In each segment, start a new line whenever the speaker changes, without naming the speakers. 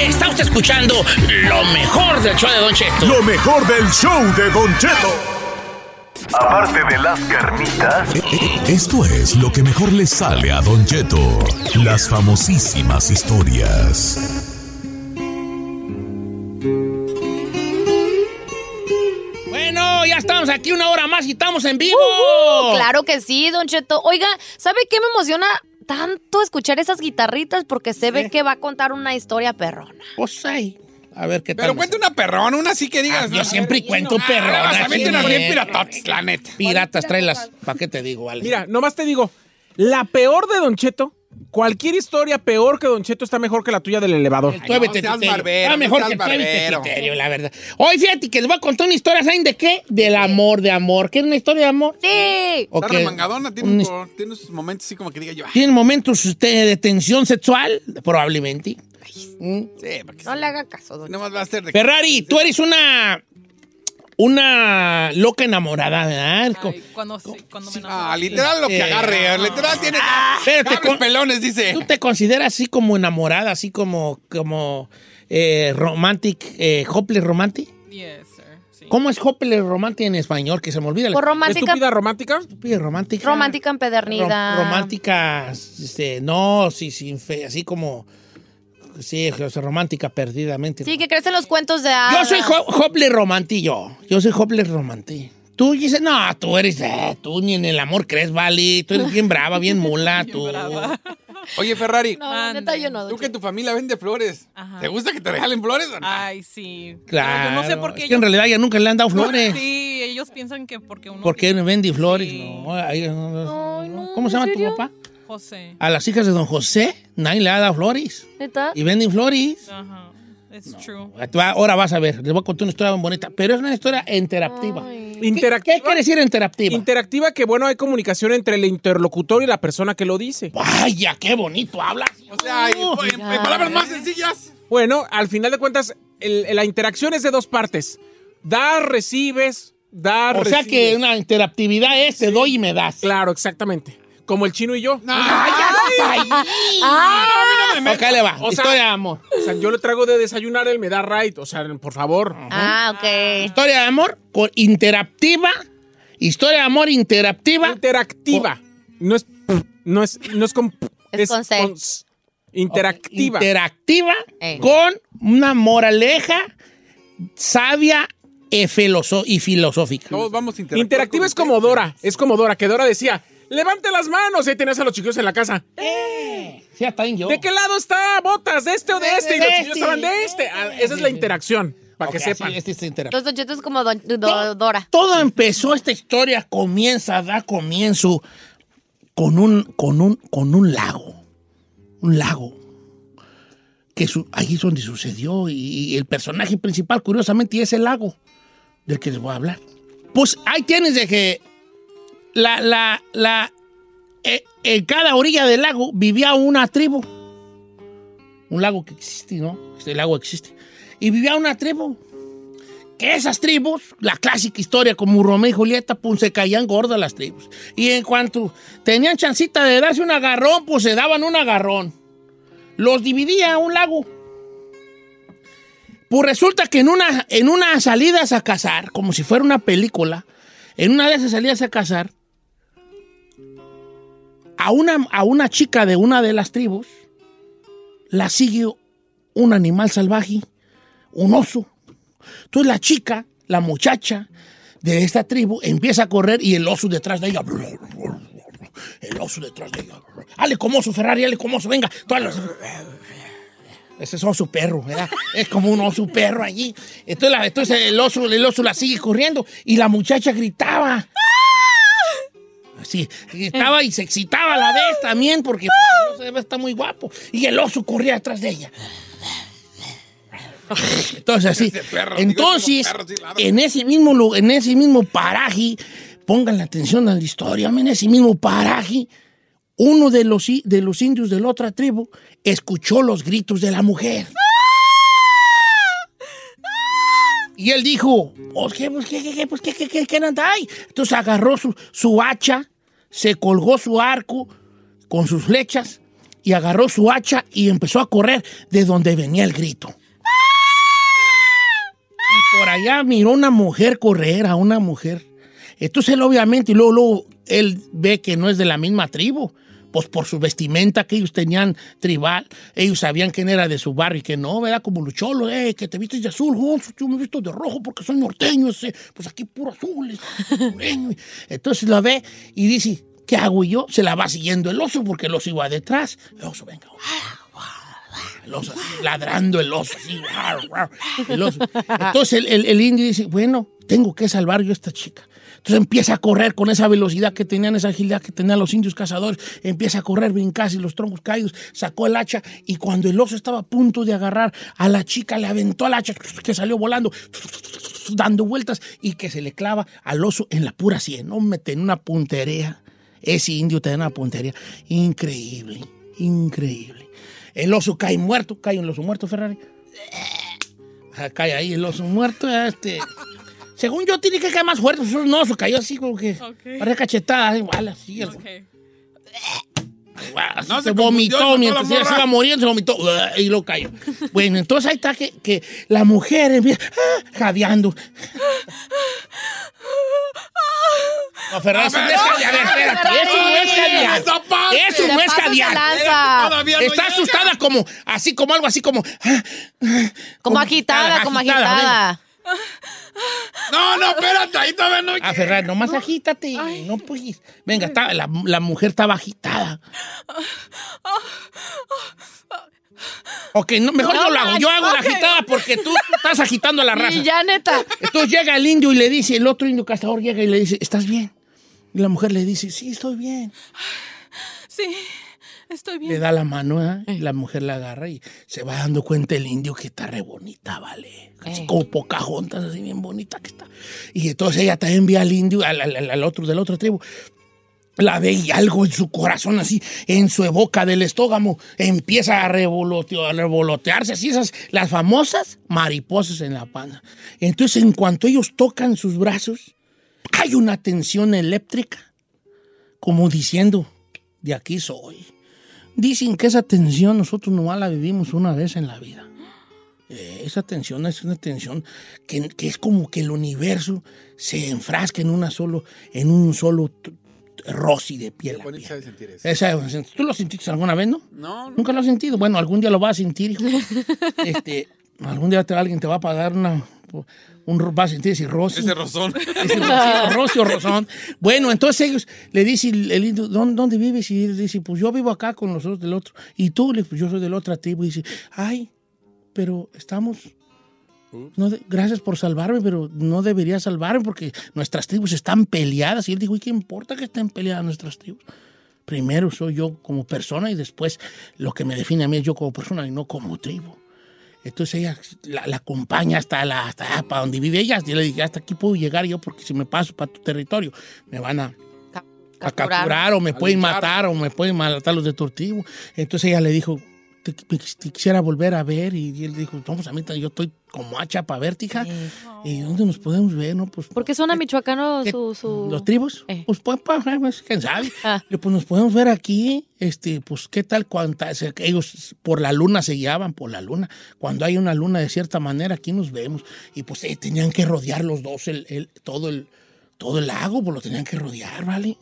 Está usted escuchando lo mejor del show de Don Cheto.
Lo mejor del show de Don Cheto.
Aparte de las carnitas,
Eh, Esto es lo que mejor le sale a Don Cheto. Las famosísimas historias.
Bueno, ya estamos aquí una hora más y estamos en vivo.
Uh-huh, Claro que sí, Don Cheto. Oiga, ¿sabe qué me emociona tanto escuchar esas guitarritas? Porque se ve que va a contar una historia perrona.
Pues ahí. A ver qué tal.
Pero
me
cuenta una perrona, una así que digas.
Ah, yo siempre cuento perronas,
perrona.
sí, eh".
También unas bien
hombre.
piratotes, la neta.
Piratas, tráelas. ¿Para qué te digo, vale?
Mira, nomás te digo, la peor de Don Cheto, cualquier historia peor que Don Cheto está mejor que la tuya del elevador.
El tuévete
seas
criterio.
barbero,
Está
no
mejor
seas
que el tuévete
barbero.
criterio, la verdad. Hoy fíjate que les voy a contar una historia, ¿saben de qué? Del amor, de amor. ¿Quieres una historia de amor?
Sí.
¿O
Está
qué?
remangadona, tiene,
Un-
un co- tiene sus momentos así como que diga yo. ah,
¿Tienen momentos usted de tensión sexual? Probablemente. ¿Mm?
Sí, porque
No le haga caso, Don Cheto.
no más va a ser de.
Ferrari, tú eres una. Una loca enamorada, ¿verdad? Es como-
Cuando, se- cuando me enamoro.
Ah, literal lo que
Eh,
agarre. Literal tiene.
espérate,
Cables
con-
pelones, dice.
¿Tú te consideras así como enamorada, así como, como eh, romantic, eh, hopeless romantic?
Yes, sir. Sí.
¿Cómo es hopeless romantic en español? Que se me olvida. la
Por romántica,
¿Estúpida romántica?
estúpida romántica.
romántica empedernida.
Ro- romántica, este, no, sí, sí, fe- así como, sí, o sea, romántica perdidamente.
Sí, que crecen los cuentos de hadas.
Yo soy ho hopeless romantic, yo. Yo soy hopeless romantic. Tú dices, no, tú eres, eh, tú ni en el amor crees, Vali. Tú eres bien brava, bien mula, tú.
Oye, Ferrari,
No, la neta, yo no. Don
tú que
Cheto.
tu familia vende flores.
Ajá.
¿Te gusta que te regalen flores o no?
Ay, sí. Pero
Claro.
yo no sé por qué.
Es que en
ellos-
realidad ya nunca le han dado flores.
Sí, ellos piensan que porque uno.
¿Por qué no vendí flores?
Sí.
No, ay, no, no,
Ay, no,
¿Cómo se
¿en
llama
serio?
tu papá?
José.
A las hijas de don José, nadie le ha dado flores.
¿Neta?
Y venden flores.
Ajá. It's true.
Ahora vas a ver, les voy a contar una historia muy bonita, pero es una historia interactiva.
Ay.
¿Qué,
Interactiva.
qué quiere decir interactiva?
Interactiva que bueno, hay comunicación entre el interlocutor y la persona que lo dice.
Vaya, qué bonito hablas.
O sea, y-
Oh,
en, en palabras más sencillas.
Bueno, al final de cuentas, el- la interacción es de dos partes. Dar, recibes, dar,
o sea
recibes.
que una interactividad es te doy y me das.
Claro, exactamente. Como el chino y yo.
No,
Acá le va.
O sea-
historia de amor.
O sea, yo le traigo de desayunar, él me da right. O sea, por favor.
Ah, ok.
Historia de amor con interactiva. Historia de amor interactiva.
Interactiva. No es. No es, no es con.
Es con C.
s. Interactiva.
interactiva
Ey.
con una moraleja sabia e filoso- y filosófica.
Todos vamos a interactuar
Interactiva
con
es como
ustedes.
Dora. Es como Dora, que Dora decía: ¡Levante las manos! Y ahí tenías a los chiquillos en la casa.
Sí, hasta en yo.
¿De qué lado está? ¿Botas? ¿De este o de
De
este? Y los
este.
chiquillos estaban de este. Ah, esa es la interacción, para que
Ok,
sepan.
así este es, es interactiva.
Los Don Cheto es como Don- Do- Dora.
Todo empezó, esta historia comienza, da comienzo con un, con un, con un lago. Un lago. Que su- ahí es donde sucedió. Y, y el personaje principal, curiosamente, es el lago del que les voy a hablar. Pues ahí tienes de que la, la, la, eh, en cada orilla del lago vivía una tribu. Un lago que existe, ¿no? Este lago existe. Y vivía una tribu que esas tribus, la clásica historia como Romeo y Julieta, pues se caían gordas las tribus. Y en cuanto tenían chancita de darse un agarrón, pues se daban un agarrón. Los dividía un lago. Pues resulta que en una, en unas salidas a cazar, como si fuera una película, en una de esas salidas a cazar, a una, a una chica de una de las tribus la sigue un animal salvaje, un oso. Entonces la chica, la muchacha de esta tribu, empieza a correr y el oso detrás de ella. El oso detrás de ella. ¡Ale como oso, Ferrari! ¡Ale como oso! ¡Venga! Todas las- Ese es oso perro, ¿verdad? Es como un oso perro allí. Entonces, la- entonces el, oso, el oso la sigue corriendo y la muchacha gritaba. Así, gritaba y se excitaba a la vez también porque pues, el oso está muy guapo. Y el oso corría detrás de ella. Entonces, así.
Ese perro, digo,
Entonces,
ese perro sí ladra.
en ese mismo, lu- en ese mismo paraje, pongan la atención a la historia, en ese mismo paraje, uno de los, i- de los indios de la otra tribu escuchó los gritos de la mujer. Y él dijo, "Pues, ¿qué, pues, qué, qué, qué, pues, qué, qué, qué, qué anda ahí?" Entonces agarró su, su hacha, se colgó su arco con sus flechas y agarró su hacha y empezó a correr de donde venía el grito. Y por allá miró una mujer correr, a una mujer. Entonces él obviamente, y luego, luego, él ve que no es de la misma tribu. Pues por su vestimenta que ellos tenían tribal, ellos sabían quién era de su barrio y que no, ¿verdad? Como los cholos, "Ey, que te vistes de azul, Gonzo, yo me visto de rojo porque soy norteño, ese, pues aquí puro azul, es norteño". Entonces la ve y dice, ¿qué hago yo? Se la va siguiendo el oso porque el oso iba detrás. El oso, venga, el oso, así, ladrando el oso, así, guau, guau, el oso. Entonces el, el- el indio dice, bueno, tengo que salvar yo a esta chica. Entonces empieza a correr con esa velocidad que tenían, esa agilidad que tenían los indios cazadores. Empieza a correr, brincase los troncos caídos, sacó el hacha y cuando el oso estaba a punto de agarrar a la chica, le aventó el hacha que salió volando, dando vueltas y que se le clava al oso en la pura sien. No me tenía una puntería. Ese indio tenía una puntería increíble, increíble. El oso cae muerto, cae un oso muerto, Ferrari. Ah, Cae ahí el oso muerto, este. Según yo, tiene que caer más fuerte. pues, Un oso cayó así como que.
Ok.
Parece cachetada, igual, así. el-
Ok.
igual, así
No,
se
se confundió, mató
vomitó
la
mientras ella se
morra.
iba muriendo, se vomitó y lo cayó. Bueno, entonces ahí está que, que la mujer empieza ah, jadeando. No, Ferrari, eso no es jadear, espérate, eso no es jadear.
¡Esa parte!
Eso
Te
no es
pasas de
jadear.
lanza.
Todavía no
Está
llega.
asustada como, así como algo, así como.
Como agitada, como agitada.
No, no, espérate, ahí todavía no.
A Ferrari, nomás agítate. No puedes. Venga, está- la, la mujer estaba agitada. Ok, no, mejor
No,
yo la hago. Yo hago la
ok.
agitada porque tú, tú estás agitando a la raza.
Y ya, neta.
Entonces llega el indio y le dice, el otro indio cazador llega y le dice, ¿estás bien? Y la mujer le dice, sí, estoy bien.
Sí, estoy bien.
Le da la mano, ¿eh? Y la mujer la agarra y se va dando cuenta el indio que está re bonita, vale. Así
Eh.
Ey.
como Pocahontas, así bien bonita que está. Y entonces ella también ve al indio, al, al- al otro, del otro tribu. La ve y algo en su corazón, así, en su boca del estógamo, empieza a, revoloteo- a revolotearse, así esas, las famosas mariposas en la panza. Entonces, en cuanto ellos tocan sus brazos, hay una tensión eléctrica, como diciendo, de aquí soy. Dicen que esa tensión nosotros nomás la vivimos una vez en la vida. Eh, esa tensión es una tensión que, que es como que el universo se enfrasca en, una solo, en un solo t- t- rosi de piel. a
bonito
piel.
sabe sentir
Eh,
eso.
Esa- ¿Tú lo sentiste alguna vez, no?
No, no.
Nunca lo has sentido. Bueno, algún día lo vas a sentir, hijo. Este, algún día te- alguien te va a pagar una, un ro- vas a sentir ese rosi.
Ese rozón.
Ese Rocío- Rocío Rosón. Bueno, entonces ellos le dice el indio, ¿dónde, dónde vives? Y él dice, pues yo vivo acá con nosotros del otro. Y tú, le dice, pues yo soy de la otra tribu. Y dice, ay, pero estamos... no de- gracias por salvarme, pero no debería salvarme porque nuestras tribus están peleadas. Y él dijo, ¿y qué importa que estén peleadas nuestras tribus? Primero soy yo como persona y después lo que me define a mí es yo como persona y no como tribu. Entonces ella la, la acompaña hasta la hasta allá, para donde vive ella. Yo le dije, hasta aquí puedo llegar yo porque si me paso para tu territorio, me van a, a capturar o me
A
pueden
linchar.
matar o me pueden matar los de tu tribu. Entonces ella le dijo, te, me- te quisiera volver a ver. Y él dijo, vamos, a mí yo estoy como hacha para verte, hija. ¿Y dónde nos podemos ver? No, pues,
¿Por qué suena michoacano
¿qué-
su, su-
¿Los tribus?
Eh.
Pues, pues, pues, ah, pues, quién sabe.
Ah.
Le- Pues nos podemos ver aquí, este, pues, ¿qué tal cuanta- se- que ellos por la luna se guiaban, por la luna? Cuando hay una luna de cierta manera, aquí nos vemos. Y pues eh, tenían que rodear los dos el, el- todo, el, todo el lago, pues lo tenían que rodear, ¿vale?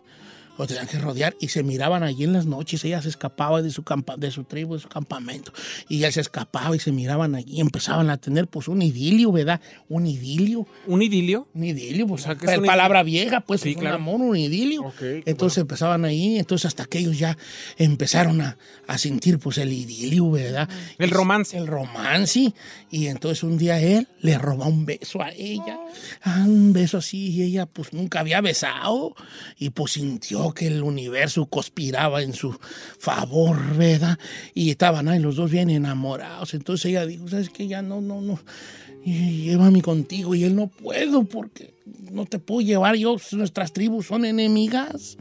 Lo tenían que rodear y se miraban allí en las noches. Ella se escapaba de su, campa- de su tribu, de su campamento. Y él se escapaba y se miraban allí. Empezaban a tener pues un idilio, ¿verdad? Un idilio.
¿Un idilio?
Un idilio, pues
sea, que es
pa-
un
palabra vieja, pues
Sí,
es
claro.
un amor, un idilio.
Ok, qué
entonces empezaban ahí, entonces hasta que ellos ya empezaron a, a sentir pues el idilio, ¿verdad?
El
Y-
romance.
El romance. Y entonces un día él le roba un beso a ella, ah, un beso así, y ella pues nunca había besado, y pues sintió que el universo conspiraba en su favor, ¿verdad? Y estaban ahí los dos bien enamorados. Entonces ella dijo, ¿sabes qué? Ya no, no, no y llévame contigo. Y él no puedo porque no te puedo llevar yo. Nuestras tribus son enemigas.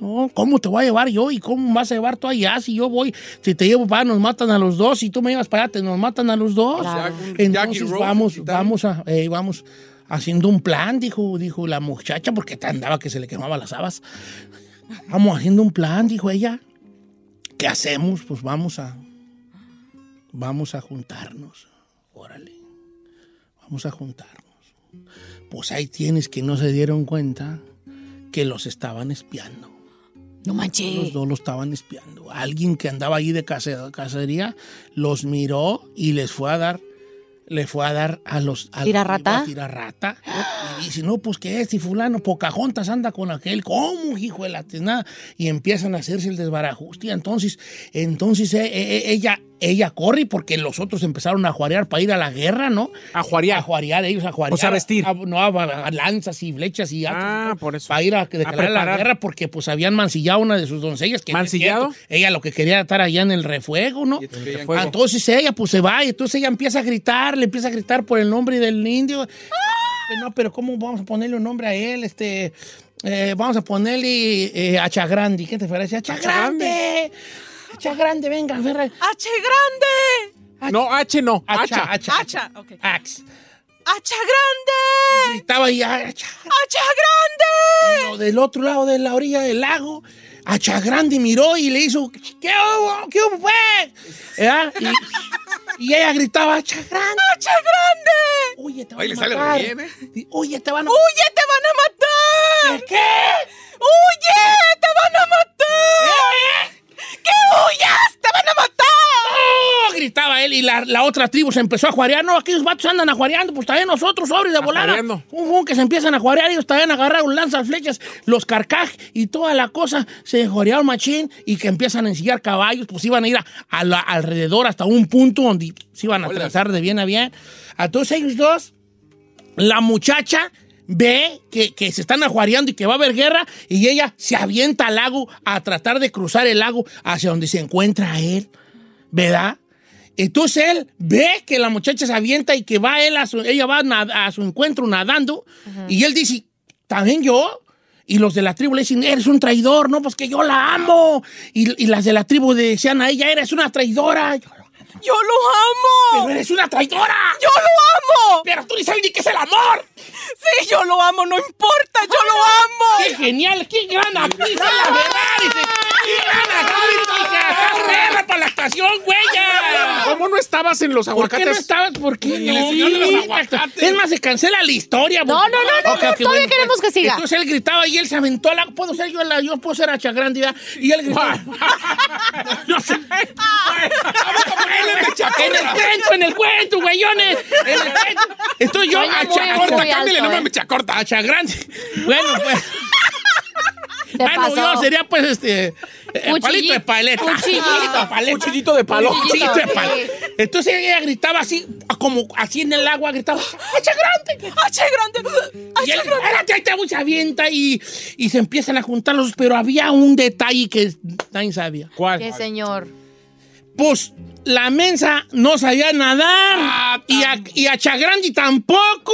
No, ¿cómo te voy a llevar yo? ¿Y cómo me vas a llevar tú allá? Si yo voy, si te llevo para allá, nos matan a los dos. Si tú me llevas para allá, te nos matan a los dos.
Claro.
Entonces
Jackie Rose,
vamos,
Titanic.
vamos a, eh, vamos haciendo un plan, dijo, dijo la muchacha, porque te andaba que se le quemaba las habas. Vamos haciendo un plan, dijo ella. ¿Qué hacemos? Pues vamos a, vamos a juntarnos. Órale, vamos a juntarnos. Pues ahí tienes que no se dieron cuenta que los estaban espiando.
No
Los
manches.
dos lo estaban espiando. Alguien que andaba ahí de case- cacería los miró y les fue a dar, le fue a dar a los... A
¿Tirarrata?
¿Ah?
iba a tirarrata. Y dice, no, pues ¿qué es? Si fulano Pocahontas anda con aquel, ¿cómo, hijo de la tenada? Y empiezan a hacerse el desbarajuste. Entonces, entonces eh, eh, ella, ella corre porque los otros empezaron a juarear para ir a la guerra, ¿no?
A juarear.
A juarear, ellos a juarear.
O sea, vestir.
A- no, a, a lanzas y flechas y arcos y
Ah,
todo,
por eso.
Para ir a declarar la
preparar.
guerra porque pues habían mancillado a una de sus doncellas. Que no es
¿Mancillado?
cierto. Ella lo que quería era estar allá en el refuego, ¿no?
Creían
Fuego.
Ah, Entonces ella pues se va y entonces ella empieza a gritar, le empieza a gritar por el nombre del indio. Pues, No, pero ¿cómo vamos a ponerle un nombre a él? Este, eh, vamos a ponerle eh, Achagrandi. ¿Qué te parece? ¡Achagrande! ¡Achagrande, venga! venga.
¡H grande!
No, H no.
Hacha,
Hacha.
hacha,
Hacha, ok.
Ax.
¡H grande!
Gritaba y hacha.
¡H grande!
Pero del otro lado de la orilla del lago, Achagrande miró y le hizo, ¿qué hubo? ¿Qué hubo, pues?" ¿Verdad? Y, y ella gritaba, Achagrande,
¡H grande!
oye, te van
Ay,
a
¡Ah, le sale
matar.
bien, ¿eh?
Di- Oye, te van a
¡Huye, te van a matar!
¿Qué?
¡Huye, te van a
¿Eh?
matar! ¡Que huyas, te van a matar!
¡Oh! Gritaba él y la, la otra tribu se empezó a juarear. No, aquellos vatos andan a juareando, pues también nosotros, sobres de volada.
juareando.
Un jun que se empiezan a juarear, ellos también agarraron lanzas, flechas, los carcaj y toda la cosa. Se jorearon machín y que empiezan a ensillar caballos, pues iban a ir a- a la- alrededor hasta un punto donde se iban a
Hola.
trazar de bien a bien. Entonces ellos dos, la muchacha ve que, que se están ajuareando y que va a haber guerra y ella se avienta al lago a tratar de cruzar el lago hacia donde se encuentra él. ¿verdad? Entonces él ve que la muchacha se avienta y que va él a su, ella va a nad- a su encuentro nadando y él dice, también yo. Y los de la tribu le dicen, eres un traidor, no, pues que yo la amo. Y, y las de la tribu decían a ella, eres una traidora. Yo la amo.
¡Yo lo amo!
Pero eres una traidora.
¡Yo lo amo!
Pero tú ni sabes ni qué es el amor.
¡Sí, yo lo amo! ¡No importa! ¡Yo lo amo!
¡Qué genial! ¡Qué gran actriz es la Ferrari! ¡Qué gran actriz! hija! ¡Está perra para la actuación, güey!
¿Cómo no estabas en los
¿Por qué
aguacates?
no estabas? ¿Por qué
Y le
no?
enseñaron los aguacates.
Es más, se cancela la historia.
No,
porque-
no, no, no,
Ok,
no,
ok,
todavía queremos
pues,
que siga.
Entonces él gritaba y él se aventó a la... Puedo ser yo la... Yo puedo ser hacha grande, ¿verdad? Y él gritaba... no sé. en el cuento, en el cuento, güeyones. En el cuento. Entonces yo...
Oye,
hacha
muy,
corta,
muy
cámbiale,
alto,
no
eh.
mames, hacha corta, hacha grande. Bueno, pues...
Te
Ah, no,
pasó.
yo sería pues este... eh,
Cuchillito.
palito de paleta.
Cuchillito.
Palito de paleta.
Cuchillito de palo.
Sí,
Cuchillito.
de palo.
Sí.
Entonces ella gritaba así, como así en el agua, gritaba, ¡Hacha grande!
¡H grande!
Y él, ¡Espérate, ahí te voy", se avienta y, y se empiezan a juntar los dos, pero había un detalle que nadie sabía.
Qué
¿Cuál?
señor.
Pues la mensa no sabía nadar y, a, y a Chagrandi tampoco.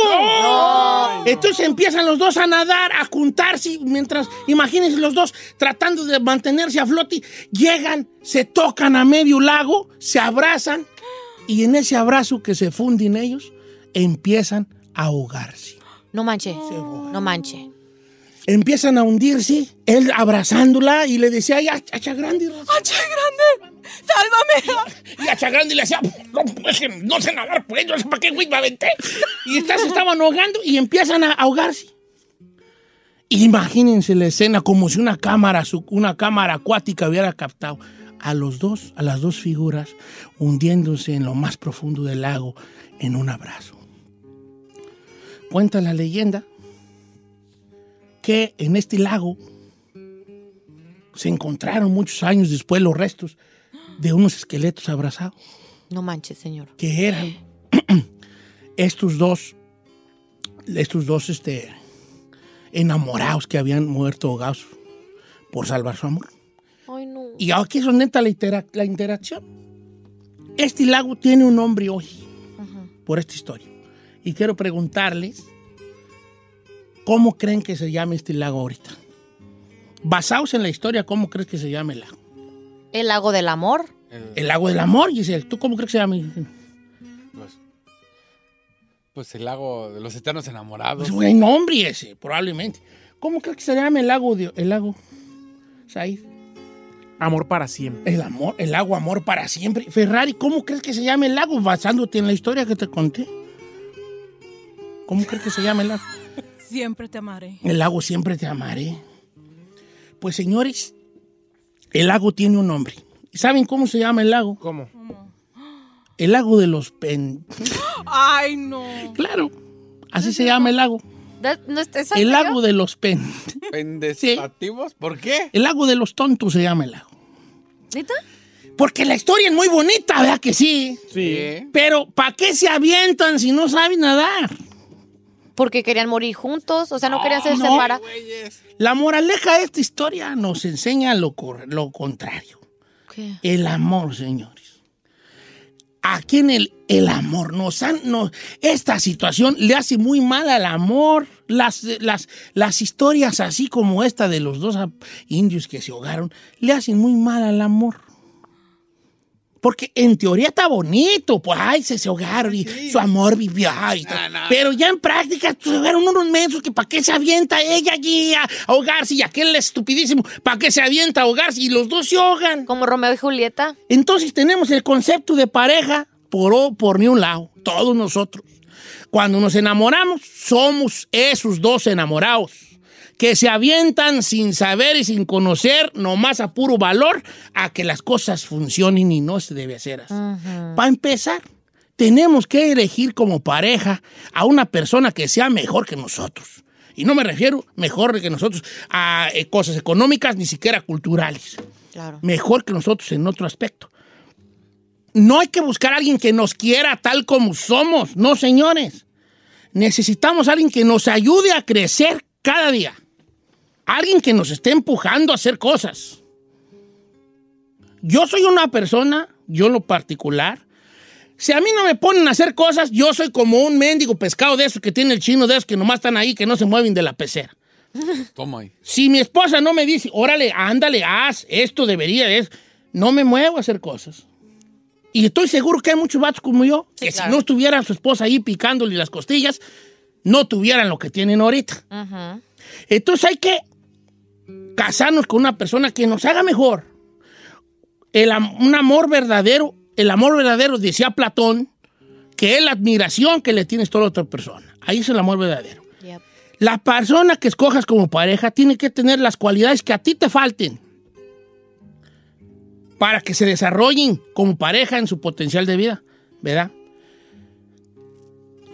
Entonces empiezan los dos a nadar, a juntarse, mientras, imagínense los dos tratando de mantenerse a flote, llegan, se tocan a medio lago, se abrazan y en ese abrazo que se funden ellos, empiezan a ahogarse.
No manche.
ahoga.
No manche.
Empiezan a hundirse, él abrazándola y le decía, ay, a, a Chagrandi, Rosa".
¡H grande! ¡Sálvame!
Y a Chagrandi le decía, no, pues, no sé nadar, pues, no sé para qué güey me aventé. Y estas estaban ahogando y empiezan a ahogarse. Imagínense la escena como si una cámara, su- una cámara acuática hubiera captado a los dos, a las dos figuras hundiéndose en lo más profundo del lago en un abrazo. Cuenta la leyenda que en este lago se encontraron muchos años después los restos de unos esqueletos abrazados
No manches, señor.
que eran estos dos, estos dos este, enamorados que habían muerto ahogados por salvar su amor.
Ay, no.
Y aquí es donde entra la, intera- la interacción. Este lago tiene un nombre hoy por esta historia. Y quiero preguntarles, ¿cómo creen que se llame este lago ahorita? Basados en la historia, ¿cómo crees que se llame el lago?
¿El lago del amor?
El lago del amor, Giselle. ¿Tú cómo crees que se llame?
Pues, pues el lago de los eternos enamorados.
Pues güey, hay nombre ese, probablemente. ¿Cómo crees que se llama el lago? de- el lago. Said?
Amor para siempre.
El amor, el lago amor para siempre. Ferrari, ¿cómo crees que se llama el lago? Basándote en la historia que te conté. ¿Cómo crees que se llama el lago?
Siempre te amaré.
El lago siempre te amaré. Pues señores, el lago tiene un nombre. ¿Y saben cómo se llama el lago?
¿Cómo?
El lago de los pen.
Ay, no.
Claro, así se llama el lago.
Da- ¿No es- es
El
serio?
lago de los pen.
¿Pendestativos? ¿Por qué?
El lago de los tontos se llama el lago.
¿Neta?
Porque la historia es muy bonita, ¿verdad que sí? ¿Eh?
Sí.
Pero ¿para qué se avientan si no saben nadar?
Porque querían morir juntos, o sea, no querían ser
no.
separados.
La moraleja de esta historia nos enseña lo, cor- lo contrario. El amor, señores. Aquí en el, el amor nos han- nos- esta situación le hace muy mal al amor. Las, las, las historias así como esta de los dos ap- indios que se ahogaron le hacen muy mal al amor. Porque en teoría está bonito, pues, ay, se, se ahogaron y su amor vivió. ay, todo. Pero ya en práctica, pues, se ahogaron unos mensos que para qué se avienta ella allí a ahogarse y aquel estupidísimo, para qué se avienta a ahogarse y los dos se ahogan.
Como Romeo y Julieta.
Entonces tenemos el concepto de pareja por, o- por ni un lado, todos nosotros. Cuando nos enamoramos, somos esos dos enamorados que se avientan sin saber y sin conocer, nomás a puro valor, a que las cosas funcionen y no se debe hacer así. Para empezar, tenemos que elegir como pareja a una persona que sea mejor que nosotros. Y no me refiero mejor que nosotros a eh, cosas económicas ni siquiera culturales
Claro.
mejor que nosotros en otro aspecto. No hay que buscar a alguien que nos quiera tal como somos, no señores. Necesitamos a alguien que nos ayude a crecer cada día. Alguien que nos esté empujando a hacer cosas. Yo soy una persona, yo en lo particular. Si a mí no me ponen a hacer cosas, yo soy como un mendigo pescado de esos que tiene el chino de esos que nomás están ahí, que no se mueven de la pecera.
Toma ahí.
Si mi esposa no me dice, órale, ándale, haz esto, debería, es, no me muevo a hacer cosas. Y estoy seguro que hay muchos vatos como yo que si no estuviera su esposa ahí picándole las costillas, no tuvieran lo que tienen ahorita. Entonces hay que casarnos con una persona que nos haga mejor. El, am- un amor verdadero, el amor verdadero, decía Platón, que es la admiración que le tienes toda la otra persona. Ahí es el amor verdadero.
Yep.
La persona que escojas como pareja tiene que tener las cualidades que a ti te falten para que se desarrollen como pareja en su potencial de vida, ¿verdad?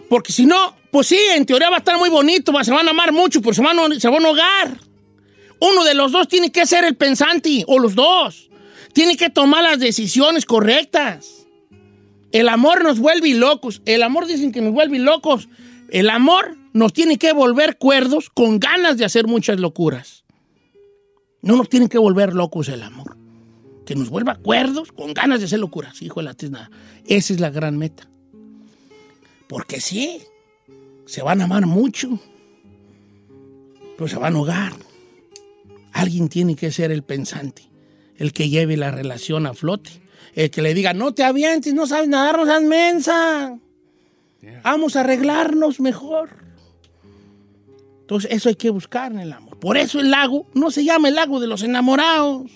Porque si no, pues sí, en teoría va a estar muy bonito, va- se van a amar mucho, pero se van a, se van a ahogar. Uno de los dos tiene que ser el pensante, o los dos. Tiene que tomar las decisiones correctas. El amor nos vuelve locos. El amor dicen que nos vuelve locos. El amor nos tiene que volver cuerdos con ganas de hacer muchas locuras. No nos tienen que volver locos el amor. Que nos vuelva cuerdos con ganas de hacer locuras. Hijo de la tiznada. Esa es la gran meta. Porque sí, se van a amar mucho. Pero se van a ahogar. Alguien tiene que ser el pensante, el que lleve la relación a flote, el que le diga, no te avientes, no sabes nadar, no seas mensa. Vamos a arreglarnos mejor. Entonces, eso hay que buscar en el amor. Por eso el lago no se llama el lago de los enamorados,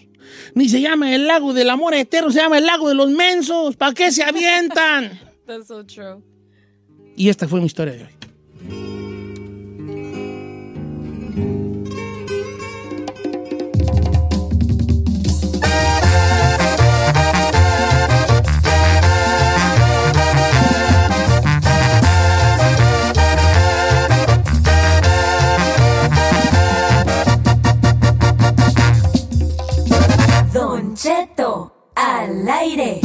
ni se llama el lago del amor eterno, se llama el lago de los mensos. ¿Para qué se avientan?
That's so true.
Y esta fue mi historia de hoy.
al aire.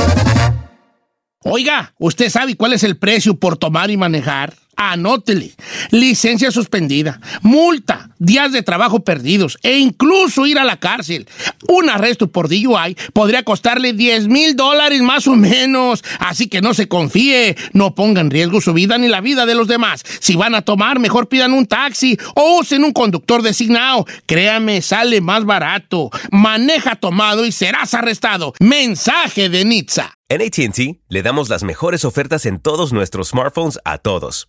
Oiga, ¿usted sabe cuál es el precio por tomar y manejar? Anótele. Licencia suspendida, multa, días de trabajo perdidos e incluso ir a la cárcel. Un arresto por DUI podría costarle 10 mil dólares más o menos. Así que no se confíe. No ponga en riesgo su vida ni la vida de los demás. Si van a tomar, mejor pidan un taxi o usen un conductor designado. Créame, sale más barato. Maneja tomado y serás arrestado. Mensaje de Nitza.
En ATT le damos las mejores ofertas en todos nuestros smartphones a todos.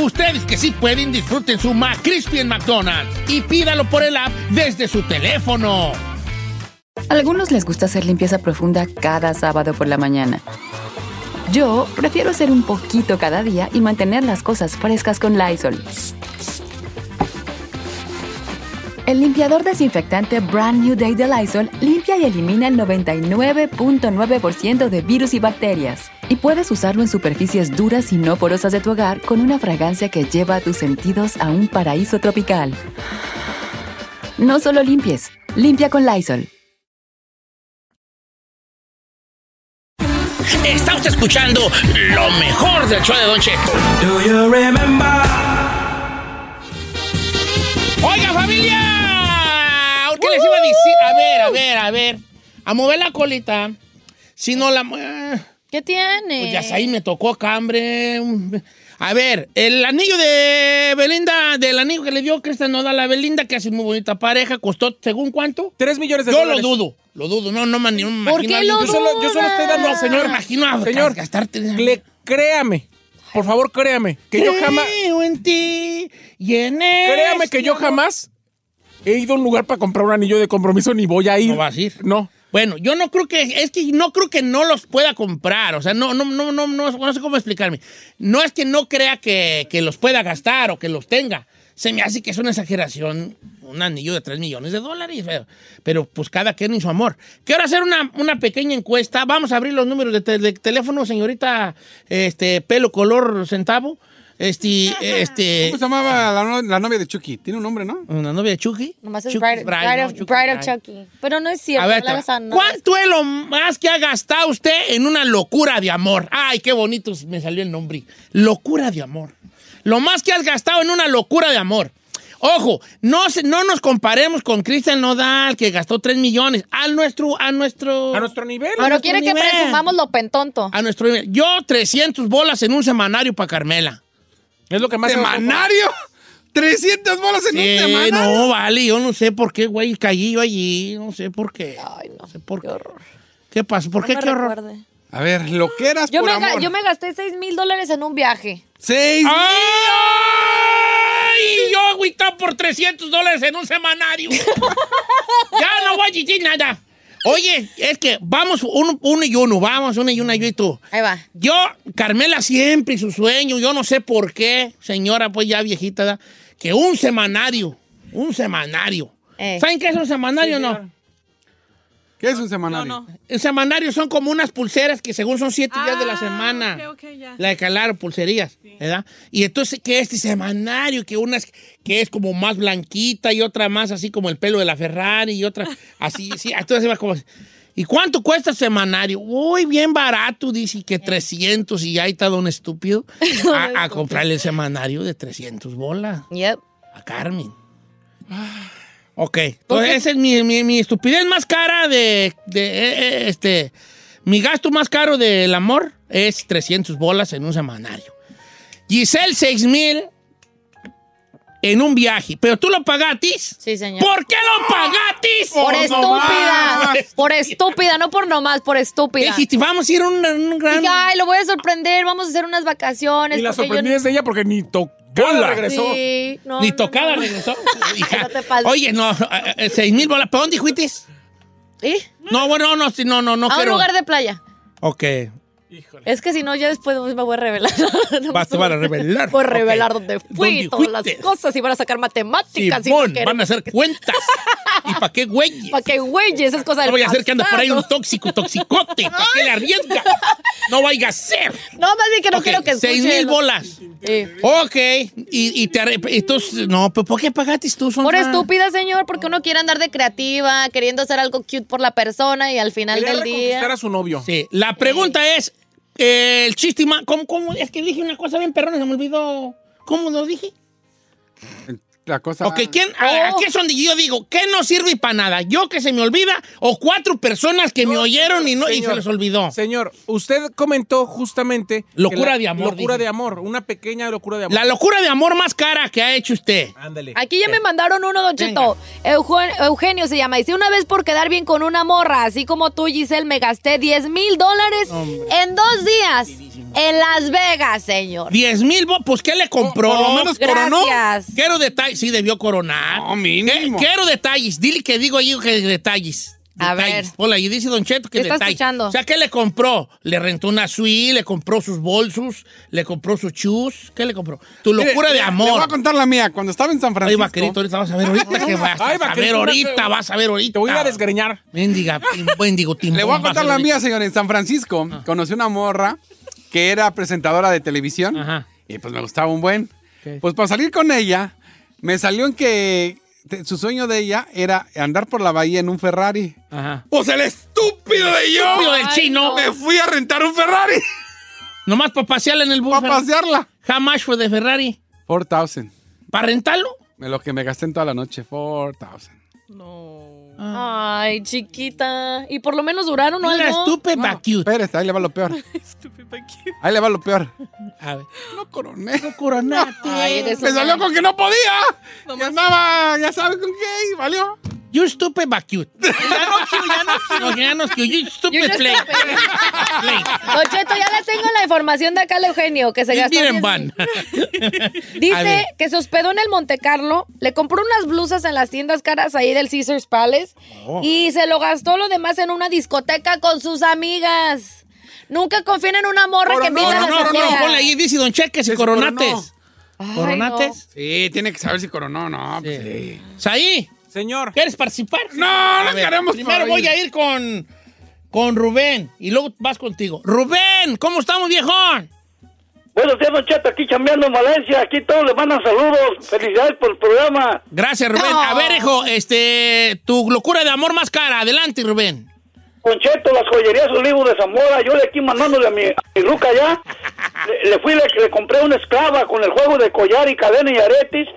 Ustedes que sí pueden, disfruten su McCrispy en McDonald's y pídalo por el app desde su teléfono.
Algunos les gusta hacer limpieza profunda cada sábado por la mañana. Yo prefiero hacer un poquito cada día y mantener las cosas frescas con Lysol. El limpiador desinfectante Brand New Day de Lysol limpia y elimina el 99.9% de virus y bacterias. Y puedes usarlo en superficies duras y no porosas de tu hogar con una fragancia que lleva a tus sentidos a un paraíso tropical. No solo limpies, limpia con Lysol.
Está usted escuchando lo mejor del show de Don Cheto. ¡Oiga, familia! ¿Qué les iba a decir? A ver, a ver, a ver. A mover la colita. Si no la... mue-
¿Qué tiene?
Pues ya sé, ahí me tocó cambre. A ver, el anillo de Belinda, del anillo que le dio Cristian Nodal a Belinda, que hace muy bonita pareja, costó, ¿según cuánto?
Tres millones de
yo
dólares.
Yo lo dudo, lo dudo. No, no, man, no me
¿Por
imagino a
qué lo
alguien-
Yo solo estoy dando-
No, señor, imagino a-
Señor, le- créame. Por favor, créame. Que yo jamás.
Creo en ti y en este
Créame que yo jamás he ido a un lugar para comprar un anillo de compromiso ni voy a ir. No
vas a ir.
No.
Bueno, yo no creo que, es que no creo que no los pueda comprar, o sea, no, no, no, no, no, no sé cómo explicarme. No es que no crea que, que los pueda gastar o que los tenga. Se me hace que es una exageración un anillo de 3 millones de dólares, pero, pero, pues cada quien y su amor. Quiero hacer una, una pequeña encuesta. Vamos a abrir los números de, te- de teléfono, señorita, este, pelo color centavo. Este, este.
¿Cómo se llamaba la, no- la novia de Chucky? Tiene un nombre, ¿no?
¿Una novia de Chucky?
Nomás es
Chucky
Bride,
es
Bride
Bride,
of,
no, Chucky
Bride of
Bride.
Chucky. Pero no es cierto.
A ver,
no le
te-
hagas a- no le hagas-
¿Cuánto es lo más que ha gastado usted en una locura de amor? Ay, qué bonito me salió el nombre. Locura de amor. Lo más que has gastado en una locura de amor. Ojo, no, se- no nos comparemos con Cristian Nodal, que gastó 3 millones. A nuestro, a nuestro... A nuestro nivel.
Ah,
Pero quiere que presumamos lo pentonto.
A nuestro nivel. Yo 300 bolas en un semanario para Carmela.
Es lo que más...
¿Semanario?
¿300 bolas en un semanario?
Eh, No, vale, yo no sé por qué, güey, caí yo allí. No sé por qué. Ay, no. sé por qué. ¿Qué pasó? ¿Por
No
qué?
me
¿Qué horror?
recuerde.
A ver, lo que eras
Yo
por
me, ga-
amor.
yo me Ah. gasté 6 mil dólares en un viaje.
¡Seis!
¡Ay! Yo agüitado por 300 dólares en un semanario. ya no voy a decir nada. Oye, es que vamos uno, uno y uno, vamos uno y uno yo y tú.
Ahí va.
Yo, Carmela siempre y su sueño, yo no sé por qué, señora, pues ya viejita, ¿verdad? que un semanario, un semanario.
Eh.
¿Saben qué es un semanario o no?
¿Qué es un semanario?
El semanario son como unas pulseras que según son siete días de la semana. La de calar, pulserías, ¿verdad? Y entonces que este semanario, que una es, que es como más blanquita y otra más así como el pelo de la Ferrari y otra así, sí, entonces va como... ¿Y cuánto cuesta el semanario? Uy, bien barato, dice que 300 y ahí está don estúpido a, a comprarle el semanario de 300 bolas. A Carmen. Ah. Ok, entonces esa es mi, mi- mi estupidez más cara de, de, eh, eh, este, mi gasto más caro del amor es 300 bolas en un semanario. Giselle 6000 en un viaje, pero tú lo pagatis.
Sí, señor.
¿Por qué lo pagatis?
Por estúpida. Por estúpida, no por nomás, por
¿Qué
estúpida.
dijiste? Vamos a ir a un, un gran...
Dije, ay, lo voy a sorprender, vamos a hacer unas vacaciones.
Y la
porque yo
sorprendida es de ella porque ni tocó
Bola.
regresó.
Sí, no,
Ni
no,
tocada
no.
regresó. Hija.
No te pases.
Oye, no, eh, eh, 6000 bolas, ¿pero dónde dijiste?
¿Eh?
No, bueno, no, sí, no, no, no
a un
quiero.
lugar de playa.
Ok,
Es que si no, ya después me voy a revelar. No
vas, te van a revelar.
Voy a
Ok.
revelar dónde fui,
¿Dónde
todas las
fuiste?
cosas, y van a sacar matemáticas. y
Simón,
no querer-
van a hacer cuentas. ¿Y para qué güey?
¿Para qué güeyes? Es cosa del
No voy a hacer que anda por ahí un
pasado.
tóxico, toxicote. ¿Para qué le arriesga? No vaya a ser.
No, más bien que no
Ok,
quiero que escuchen.
seis mil
lo-
bolas.
Sí.
Ok, y, y te arrep- entonces, no, pero ¿por qué pagaste tú? Son
Por estúpida, señor, porque uno quiere andar de creativa, queriendo hacer algo cute por la persona y al final
Quería
del día.
su novio. Sí, la pregunta es, eh, el chiste más, ¿cómo, cómo? Es que dije una cosa bien perrona, se me olvidó. ¿Cómo lo dije?
La cosa.
Ok, ¿quién, a-
Oh.
aquí es donde yo digo, ¿qué no sirve para nada? ¿Yo que se me olvida o cuatro personas que me
Oh.
oyeron y no y se
Señor,
les olvidó?
Señor, usted comentó justamente. que
Locura de amor,
Locura
dije.
de amor. Una pequeña locura de amor.
La locura de amor más cara que ha hecho usted.
Ándale.
Aquí ya me mandaron uno, Don Cheto. Eugen- Eugenio se llama. Dice, una vez por quedar bien con una morra, así como tú, Giselle, me gasté 10 mil dólares en dos días en Las Vegas, señor.
10 mil, pues ¿qué le compró?
Por lo menos coronó. Gracias.
Quiero detalles. Sí, debió coronar. Eh, Quiero detalles. Dile que digo ahí que detalles.
A
Detalles.
ver.
Hola, y dice Don Cheto que
Te está
detalles.
escuchando.
O sea, ¿qué le compró? Le rentó una suite, le compró sus bolsos, le compró sus shoes. ¿Qué le compró? Tu
Mire,
locura de
le-
amor.
Le voy a contar la mía. Cuando estaba en San
Ay,
Francisco.
vaquerito, ahorita vas a ver ahorita que vas,
Ay,
a ver
vaquerito,
ahorita,
no-
vas a ver ahorita. Te voy a desgreñar. Mendiga, tim- bendigo, timbón,
Le voy a
vas
contar
ver
la
ahorita.
mía, señor. En San Francisco
Ah.
conocí una morra que era presentadora de televisión y pues me gustaba un buen. Pues para salir con ella, me salió en que te- su sueño de ella era andar por la bahía en un Ferrari. Pues el estúpido de yo.
Estúpido del chino.
Me fui a rentar un Ferrari.
Nomás para pasearla en el bus.
Para pasearla.
Jamás fue de Ferrari.
4000.
¿Para rentarlo?
Me Lo que me gasté en toda la noche, 4000.
Ay, chiquita. Y por lo menos duraron
Mira,
algo.
estúpida, cute.
Espérate, ahí le va lo peor. Ahí le va lo peor.
A ver.
No coroné.
No coronaste.
Ay, eres
Me
una-
salió con que no podía. Ya andaba, ya sabes con qué, y valió.
You stupid but cute. No, ya no, you you
Yo
stupid
no
play.
estuve. Don Cheto, ya le tengo la información de acá al Eugenio, que se
You
gastó.
didn't
10,000.
ban. A ver.
Dice que se hospedó en el Monte Carlo, le compró unas blusas en las tiendas caras ahí del Caesars Palace
Oh.
y se lo gastó lo demás en una discoteca con sus amigas. Nunca confíen en una morra que invita a
Coronó,
las
no,
amigas.
coronó, ponle ahí, dice Don Cheques y coronates.
Ay,
¿Coronates?
Sí, tiene que saber si coronó o no. pues, sí.
¿Saí?
Señor.
¿Quieres participar?
No, no
A ver,
queremos
Primero
por
voy
ahí.
a ir con, con Rubén y luego vas contigo. Rubén, ¿cómo estamos, viejón?
Buenos días, Don Cheto, aquí chambeando en Valencia, aquí todos les mandan saludos, felicidades por el programa.
Gracias, Rubén. A ver, hijo, este, tu locura de amor más cara. Adelante, Rubén.
Don Cheto, las joyerías Olivos de Zamora, yo de aquí mandándole a mi, a mi ruca allá, le, le fui, le, le compré una esclava con el juego de collar y cadena y aretes,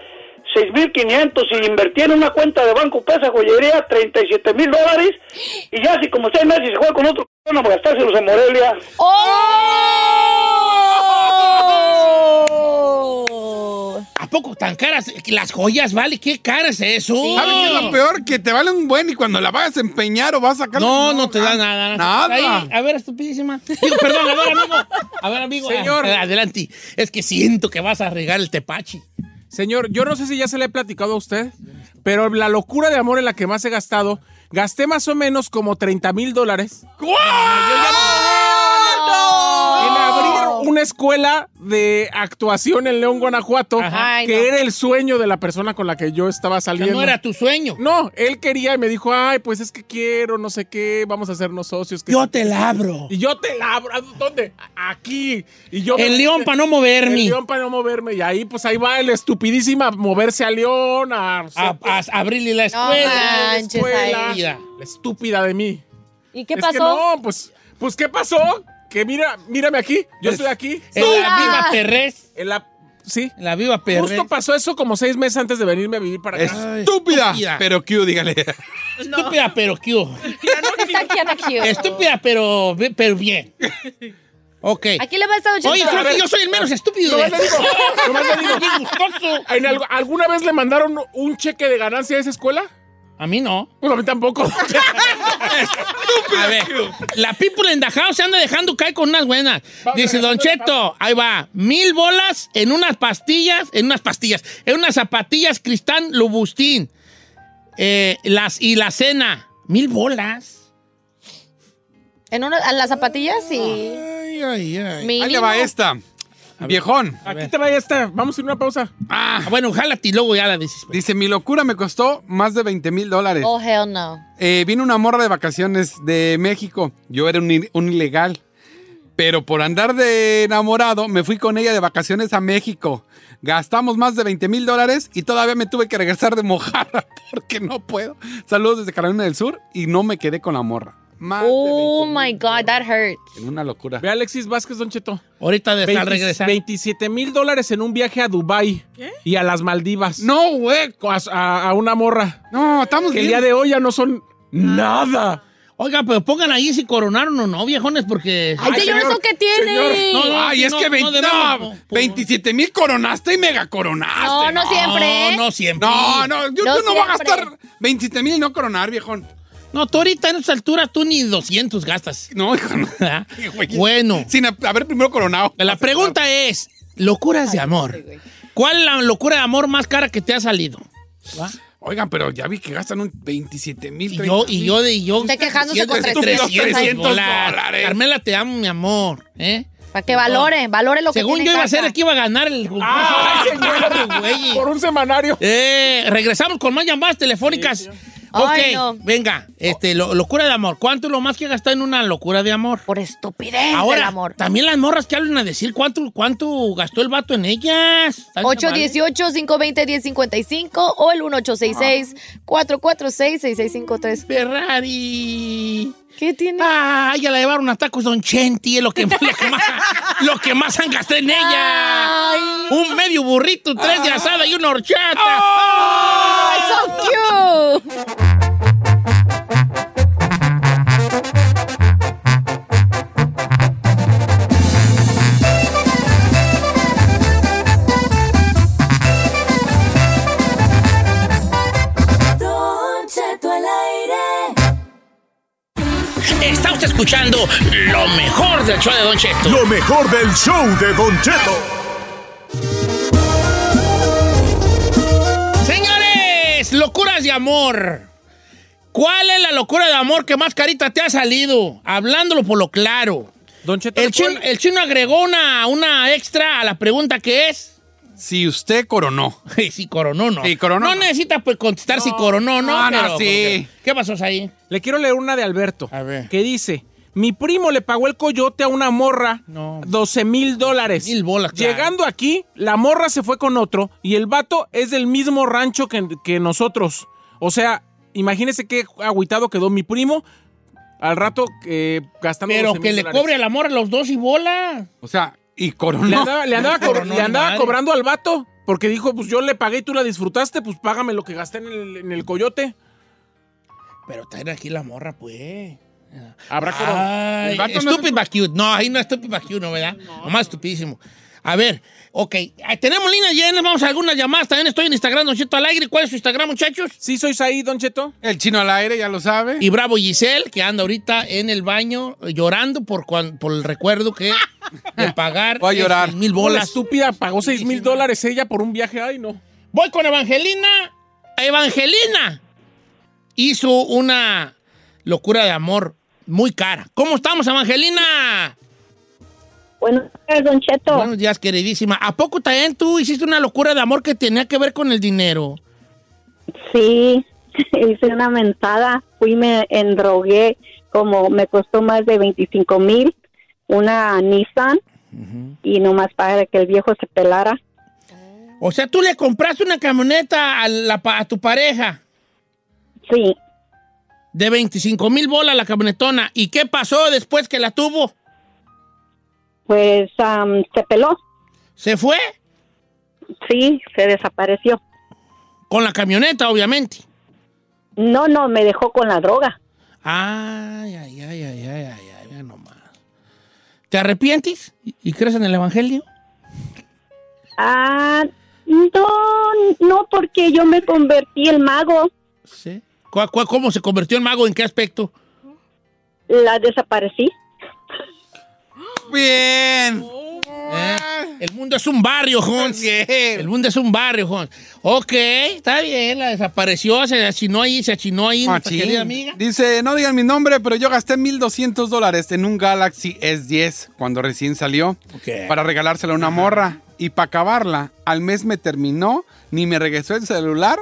6.500 y invertí en una cuenta de banco pesa joyería, 37 mil dólares, y ya si como seis meses se juega con otro, no a gastárselos en Morelia.
¿A poco tan caras? Las joyas, vale, qué caras es uh. eso.
¿Sabes qué es lo peor? Que te vale un buen y cuando la vayas a empeñar o vas a sacar. Ah,
No, no te da nada. Ahí,
Nada.
a ver, estupidísima. Digo, perdón, a ver, amigo. A ver, amigo.
Señor.
Ah, adelante. Es que siento que vas a regar el tepachi.
Señor, yo no sé si ya se le he platicado a usted, pero la locura de amor en la que más he gastado, gasté más o menos como 30 mil dólares.
¡Guau!
En abrir una escuela de actuación en León, Guanajuato,
Ajá.
que
Ay, no.
era el sueño de la persona con la que yo estaba saliendo.
no era tu sueño.
No, él quería y me dijo, ay, pues es que quiero, no sé qué, vamos a hacernos socios. que-
Yo te la abro.
Y yo te la abro. ¿a ¿Dónde? Aquí. Y yo
En León, pa' no moverme.
En León para no moverme. Y ahí, pues ahí va el estupidísima a moverse a León, a,
A- a- a abrirle la
No
escuela.
manches,
escuela.
ahí. La estúpida de mí.
¿Y
Es que no, pues, pues, ¿qué pasó? Que mira, mírame aquí, yo estoy aquí.
en la ¡Mira! viva Perrés.
En la, sí.
En la viva Perrés.
Justo pasó eso como seis meses antes de venirme a vivir para acá.
Estúpida, pero Q, dígale.
Estúpida, pero Q. Estúpida, pero, pero bien. Ok.
Aquí le va a estar
Oye, creo que yo soy el menos estúpido.
Nomás le digo, nomás le digo.
Qué gustoso.
¿En algo- ¿Alguna vez le mandaron un cheque de ganancia a esa escuela?
A mí no.
Pues a mí tampoco.
A ver, la people en the house se anda dejando caer con unas buenas. Dice Don Cheto, ahí va, mil bolas en unas pastillas, en unas pastillas, en unas zapatillas Cristán Lubustín. Eh, las, y la cena, mil bolas.
En una, a las zapatillas sí.
Ay, ay, ay.
Ahí le va esta. Viejón.
Aquí te va esta. Vamos a ir a una pausa.
Ah, bueno, jálate y luego ya la dices.
Dice, mi locura me costó más de 20 mil dólares.
Oh, hell no.
Eh, vino una morra de vacaciones de México. Yo era un, i- un ilegal. Pero por andar de enamorado, me fui con ella de vacaciones a México. Gastamos más de 20 mil dólares y todavía me tuve que regresar de mojarra porque no puedo. Saludos desde Carolina del Sur y no me quedé con la morra.
Oh my God, that hurts.
En una locura.
Ve a Alexis Vázquez, Don Cheto.
Ahorita de estar regresando.
27 mil dólares en un viaje a Dubai
¿Qué?
y a las Maldivas.
No, güey.
A, a- a una morra.
No, estamos
Que el día de hoy ya no son nada.
Oiga, pero pongan ahí si coronaron o no, viejones, porque...
Ay, señor, ¿eso qué tiene?
No, no,
Ay,
sí,
es
no,
que
no
20
debemos,
no,
no,
27 mil coronaste y mega coronaste.
No, no siempre, ¿eh?
No, no siempre.
No, no, yo,
No
yo no voy a
siempre.
gastar 27 mil y no coronar, viejón.
No, tú ahorita en esta altura tú ni 200 gastas.
No, hijo, no.
Bueno.
Sin a- haber primero coronado.
La pregunta es, locuras de amor. ¿Cuál es la locura de amor más cara que te ha salido? ¿Va?
Oigan, pero ya vi que gastan un 27 mil.
Y yo, y yo, y yo...
Está quejándose con
300,
300
dólares. Carmela, te amo, mi amor. ¿eh?
Para que valore, valore lo
Según
que
yo
tiene
iba a
en
ser
casa.
el que iba a ganar el concurso.
Ay, señor.
Güey.
Ah. Por un semanario.
Eh, regresamos con más llamadas telefónicas. ok,
Ay, no.
venga, este, lo- locura de amor. ¿Cuánto es lo más que gastar en una locura de amor?
Por estupidez
Ahora,
del amor.
también las morras que hablan a decir cuánto, cuánto gastó el vato en ellas.
818-520-1055 o el 1866-446-6653.
Ferrari.
¿Qué tiene?
Ah, ya la llevaron a tacos Don Chenti, es lo que, lo que más, lo que más han gastado en ella. Un medio burrito, tres
Ah.
de asada y una horchata.
¡Ay,
Ah,
so cute!
Está usted escuchando lo mejor del show de Don Cheto.
Lo mejor del show de Don Cheto.
Señores, locuras de amor. ¿Cuál es la locura de amor que más carita te ha salido? Hablándolo por lo claro.
Don Cheto,
El
¿le puedo-
chino, el chino agregó una, una extra a la pregunta que es
Si usted coronó.
si coronó o no.
Si coronó,
No
no.
necesita pues, contestar si coronó o no.
No, no,
pero- pues,
sí.
¿Qué pasó ahí?
Le quiero leer una de Alberto.
A ver.
Que dice: Mi primo le pagó el coyote a una morra
No.
12 mil dólares.
Mil bolas, claro.
Llegando aquí, la morra se fue con otro y el vato es del mismo rancho que, que nosotros. O sea, imagínese qué agüitado quedó mi primo al rato eh, gastando.
Pero
12,000
que le
dólares.
cobre al amor a los dos y bola.
O sea, y
Le
coronó.
andaba, le andaba,
No,
cobr-
no,
le andaba
madre.
cobrando al vato porque dijo: Pues yo le pagué y tú la disfrutaste, pues págame lo que gasté en el, en el coyote.
Pero traer aquí la morra, pues.
Habrá cobrado.
Ay,
El vato no
stupid
se-
but cute. No, ahí no es stupid but cute, no, ¿verdad? Nomás estupidísimo. A ver, ok. Ah, Tenemos líneas llenas, vamos a algunas llamadas. También estoy en Instagram, Don Cheto Alegre. ¿Cuál es su Instagram, muchachos?
¿Sí sois ahí, Don Cheto?
El chino al aire, ya lo sabe.
Y Bravo Giselle, que anda ahorita en el baño eh, llorando por, cuan- por el recuerdo que de pagar
Voy a llorar.
esas mil
Bola
bolas.
estúpida pagó 6 mil dólares ella por un viaje. Ay, no.
Voy con Evangelina. Evangelina hizo una locura de amor muy cara. ¿Cómo estamos, Evangelina?
Buenos días, Don Cheto.
Buenos días, queridísima. ¿A poco también tú hiciste una locura de amor que tenía que ver con el dinero?
Sí, hice una mentada, fui me endrogué, como me costó más de 25 mil una Nissan y nomás para que el viejo se pelara.
O sea, tú le compraste una camioneta a, la pa- a tu pareja.
Sí.
De 25 mil bolas la camionetona. ¿Y qué pasó después que la tuvo?
Pues am, se peló.
¿Se fue?
Sí, se desapareció.
Con la camioneta, obviamente.
No, no, me dejó con la droga.
Ay, ay, ay, ay, ay, ay, ay, vea nomás. ¿Te arrepientes y y crees en el Evangelio?
Ah, no, no, porque yo me convertí en mago.
Sí. ¿Cuá- cuá- ¿Cómo se convirtió en mago? ¿En qué aspecto?
La desaparecí.
Bien. Ah. El mundo es un barrio, Jones. El mundo es un barrio, Jones. Ok, está bien, la desapareció, se achinó ahí, se achinó ahí, nuestra
Machín.
querida amiga.
Dice, no digan mi nombre, pero yo gasté 1.200 dólares en un Galaxy S10 cuando recién salió para regalársela a una morra. Y para acabarla, al mes me terminó, ni me regresó el celular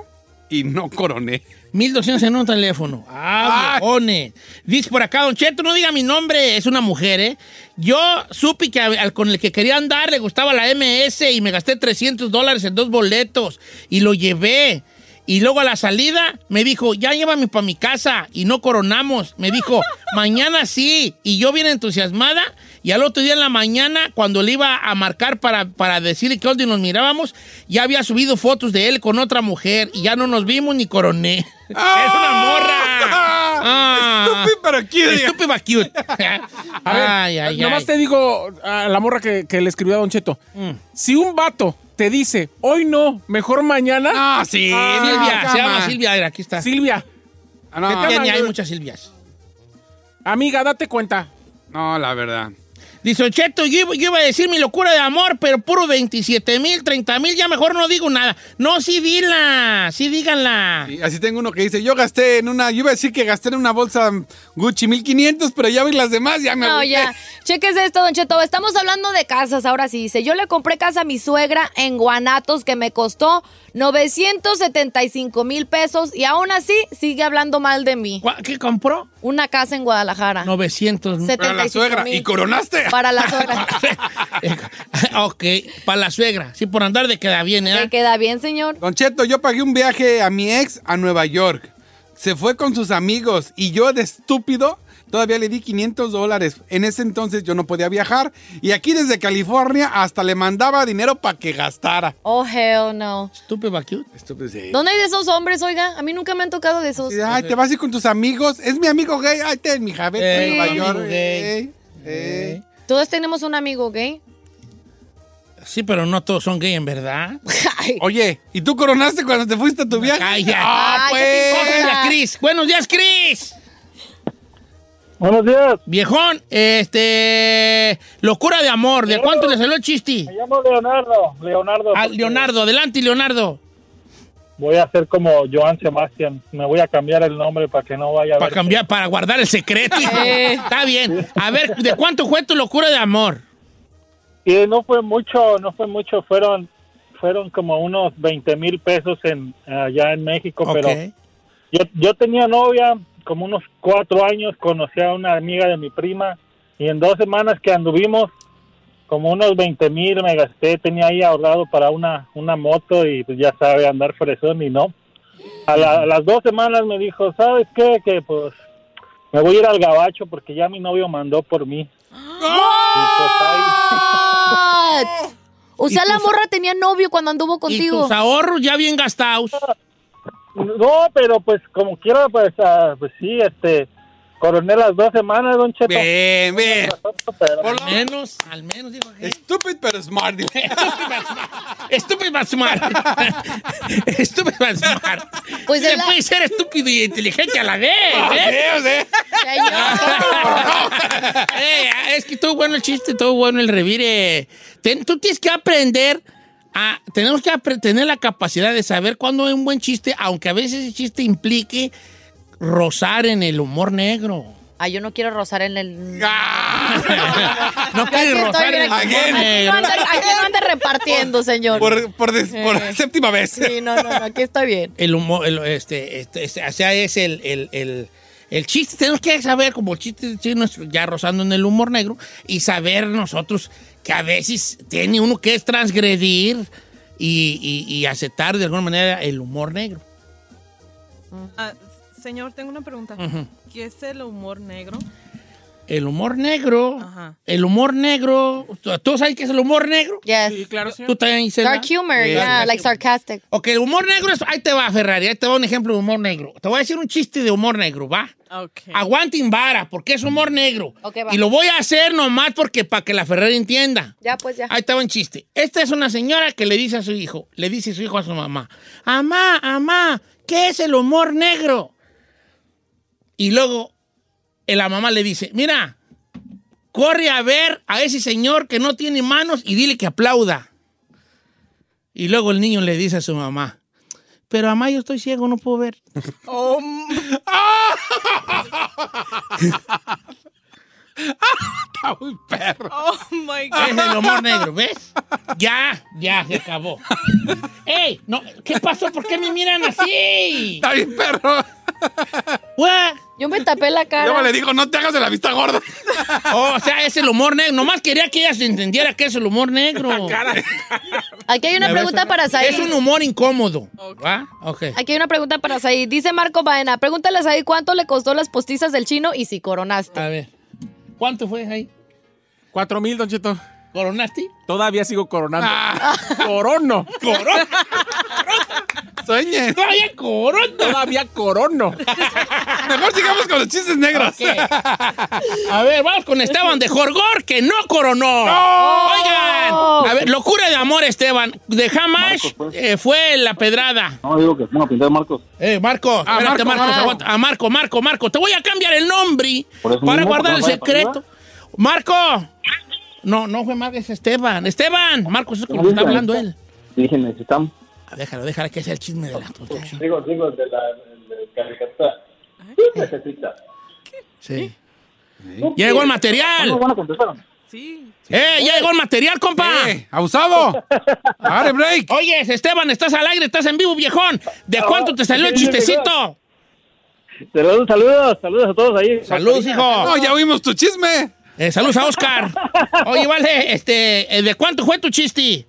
y no coroné.
1200 en un teléfono. Ah, viejones. Dice por acá, Don Cheto, no diga mi nombre, es una mujer, ¿eh? Yo supe que al- al con el que quería andar le gustaba la MS y me gasté 300 dólares en dos boletos y lo llevé. Y luego a la salida me dijo, ya llévame para mi casa y no coronamos. Me dijo, mañana sí. Y yo bien entusiasmada. Y al otro día en la mañana, cuando le iba a marcar para, para decirle que dónde nos mirábamos, ya había subido fotos de él con otra mujer y ya no nos vimos ni coroné. ¡Es una
Ah.
morra!
Ah. Estúpida cute.
Estúpida cute.
A ver,
ay, ay,
nomás
ay.
te digo a la morra que, que le escribió a Don Cheto.
Mm.
Si un vato te dice, hoy no, mejor mañana.
Ah, sí.
Silvia, se llama Silvia, a ver, aquí está.
Silvia.
no.
¿Qué tal,
Tiene-
Manuel?
hay muchas Silvias.
Amiga, date cuenta.
No, la verdad.
Dice, Cheto, yo, iba- yo iba a decir mi locura de amor, pero puro 27 mil, 30 mil, ya mejor no digo nada. No, sí, dila, sí, díganla.
Y así tengo uno que dice, yo gasté en una, yo iba a decir que gasté en una bolsa Gucci 1.500, pero ya vi las demás, ya me
No,
agüité".
ya. Cheques esto, Don Cheto. Estamos hablando de casas. Ahora sí dice: Yo le compré casa a mi suegra en Guanatos que me costó 975 mil pesos y aún así sigue hablando mal de mí.
¿Qué compró?
Una casa en
Ah.
Guadalajara.
900 mil.
75 mil. Para la suegra.
ok, para la suegra. Sí, por andar de queda bien, ¿eh?
¿Le queda bien, señor?
Don Cheto, yo pagué un viaje a mi ex a Nueva York. Se fue con sus amigos y yo de estúpido todavía le di 500 dólares. En ese entonces yo no podía viajar y aquí desde California hasta le mandaba dinero para que gastara.
Oh, hell no.
Estúpido cute.
Estúpido, sí.
¿Dónde hay de esos hombres, oiga? A mí nunca me han tocado de esos.
Ay, te vas a ir con tus amigos. Es mi amigo gay. Ay, ten, mi vete
Ey,
a Nueva
amigo
York.
gay.
Ey, ey.
Todos tenemos un amigo gay.
Sí, pero no todos son gay, en verdad.
Oye, ¿y tú coronaste cuando te fuiste a tu viaje?
Calla.
Ah,
Ay,
pues.
¿qué te importa? Cógela, Cris. Buenos días, Cris.
Buenos días.
Viejón, este. Locura de amor. ¿De cuánto le salió el chiste?
Me llamo Leonardo. Leonardo.
Ah, Leonardo, adelante, Leonardo.
Voy a hacer como Joan Sebastián. Me voy a cambiar el nombre para que no vaya a
Para cambiar, para guardar el secreto. hijo. Está bien. A ver, ¿de cuánto fue tu locura de amor?
Y no fue mucho, no fue mucho. Fueron fueron como unos 20 mil pesos en allá en México, pero yo, yo tenía novia como unos cuatro años. Conocí a una amiga de mi prima y en dos semanas que anduvimos, como unos 20 mil me gasté. Tenía ahí ahorrado para una, una moto y pues ya sabe andar fresón y no. A, la- a las dos semanas me dijo, ¿sabes qué? Que pues me voy a ir al gabacho porque ya mi novio mandó por mí.
What? O sea,
¿Y
la
tus-
morra tenía novio cuando anduvo
Y
contigo.
tus ahorros ya bien gastados.
No, pero pues como quiera, pues, ah, pues sí, este, coroné las dos semanas, don Cheto.
Bien, bien.
Pero,
Al menos, al menos dijo que.
Stupid pero smart.
Estúpido más smart. Estúpido más smart.
Pues
Se
es la-
puede ser estúpido y inteligente a la vez. ¿eh?
Ah, sí, sí.
Eh, es que todo bueno el chiste, todo bueno el revire. Ten- tú tienes que aprender a. Tenemos que apre- tener la capacidad de saber cuándo es un buen chiste, aunque a veces ese chiste implique rozar en el humor negro.
Ay, yo no quiero rozar en el.
ah,
No
Aquí
quiere
estoy,
rozar el
mira, aquí- aquí no anda- aquí no anda repartiendo, señor.
Por, por des- por
Eh.
séptima vez.
Sí, no, no, no, aquí estoy bien.
El humor, el- este, este, este, o sea, es el, el, el- el chiste. Tenemos que saber, como chiste chino, ya rozando en el humor negro, y saber nosotros que a veces tiene uno que es transgredir y, y- y aceptar de alguna manera el humor negro.
Ah, señor, tengo una pregunta.
Ujú.
¿Qué es el humor negro?
El humor negro,
Ajá.
el humor negro, ¿tú sabes qué es el humor negro?
Sí,
claro,
¿Tú también, Isela?
Dark humor,
Sí.
yeah, like sarcastic.
Ok, el humor negro es. Ahí te va, Ferrari. Ahí te va un ejemplo de humor negro. Te voy a decir un chiste de humor negro, ¿va? Aguanten vara, porque es humor negro.
Ok, va.
Y lo voy a hacer nomás porque para que la Ferrari entienda.
Ya, pues ya.
Ahí estaba un chiste. Esta es una señora que le dice a su hijo, le dice su hijo a su mamá, mamá, mamá, ¿qué es el humor negro? Y luego eh, la mamá le dice, mira, corre a ver a ese señor que no tiene manos y dile que aplauda. Y luego el niño le dice a su mamá, pero mamá, yo estoy ciego, no puedo ver.
Oh,
perro.
oh my God.
Es el humor negro, ¿ves? Ya, ya, se acabó. ¡Ey! No, ¿Qué pasó? ¿Por qué me miran así?
Está bien, perro.
Yo me tapé la cara.
Luego le digo, no te hagas de la vista gorda.
Oh, o sea, es el humor negro. Nomás quería que ella se entendiera que es el humor negro.
Aquí hay una
Me
pregunta
ves-
para Said.
Es un humor incómodo. ¿Va? Ok.
Aquí hay una pregunta para Said. Dice Marco Baena, pregúntale a Said cuánto le costó las postizas del chino y si coronaste.
A ver. ¿Cuánto fue ahí?
Cuatro mil, Don Cheto.
¿Coronaste?
Todavía sigo coronando.
Ah.
¡Corono!
¡Corono!
¡Sueñes!
¡Todavía corono!
¡Todavía corono!
Mejor sigamos con los chistes negros.
A ver, vamos con Esteban de Jorgor, que no coronó. Oigan. A ver, locura de amor, Esteban. De Hamash eh, fue la pedrada.
No, digo que ponga a pintar Marcos.
Eh, Marco,
Ah,
espérate,
Marco,
Marcos,
ah.
aguanta. Ah, Marco, Marco, Marco, te voy a cambiar el nombre
Por eso
para
mismo,
guardar
porque no vaya
el
para
secreto. Marco. No, no fue Marco, es Esteban. Esteban, Marcos es como está hablando él.
Dije, necesitamos.
Ah, Déjalo, déjalo, que es el chisme de la construcción.
Digo, digo, de la de la caricatura. ¿Qué necesitas?
Sí. Ya llegó el material.
No, bueno, contestaron.
¡Eh, ya llegó el material, compa!
Eh, ¡Abusado!
¡Agarre break! Oye, Esteban, estás al aire, estás en vivo, viejón. ¿De cuánto te salió el chistecito?
Saludos, saludos, saludos a todos ahí.
Saludos, hijo.
No, ya oímos tu chisme.
Eh, saludos a Oscar. Oye, vale, este, eh, ¿de cuánto fue tu chiste?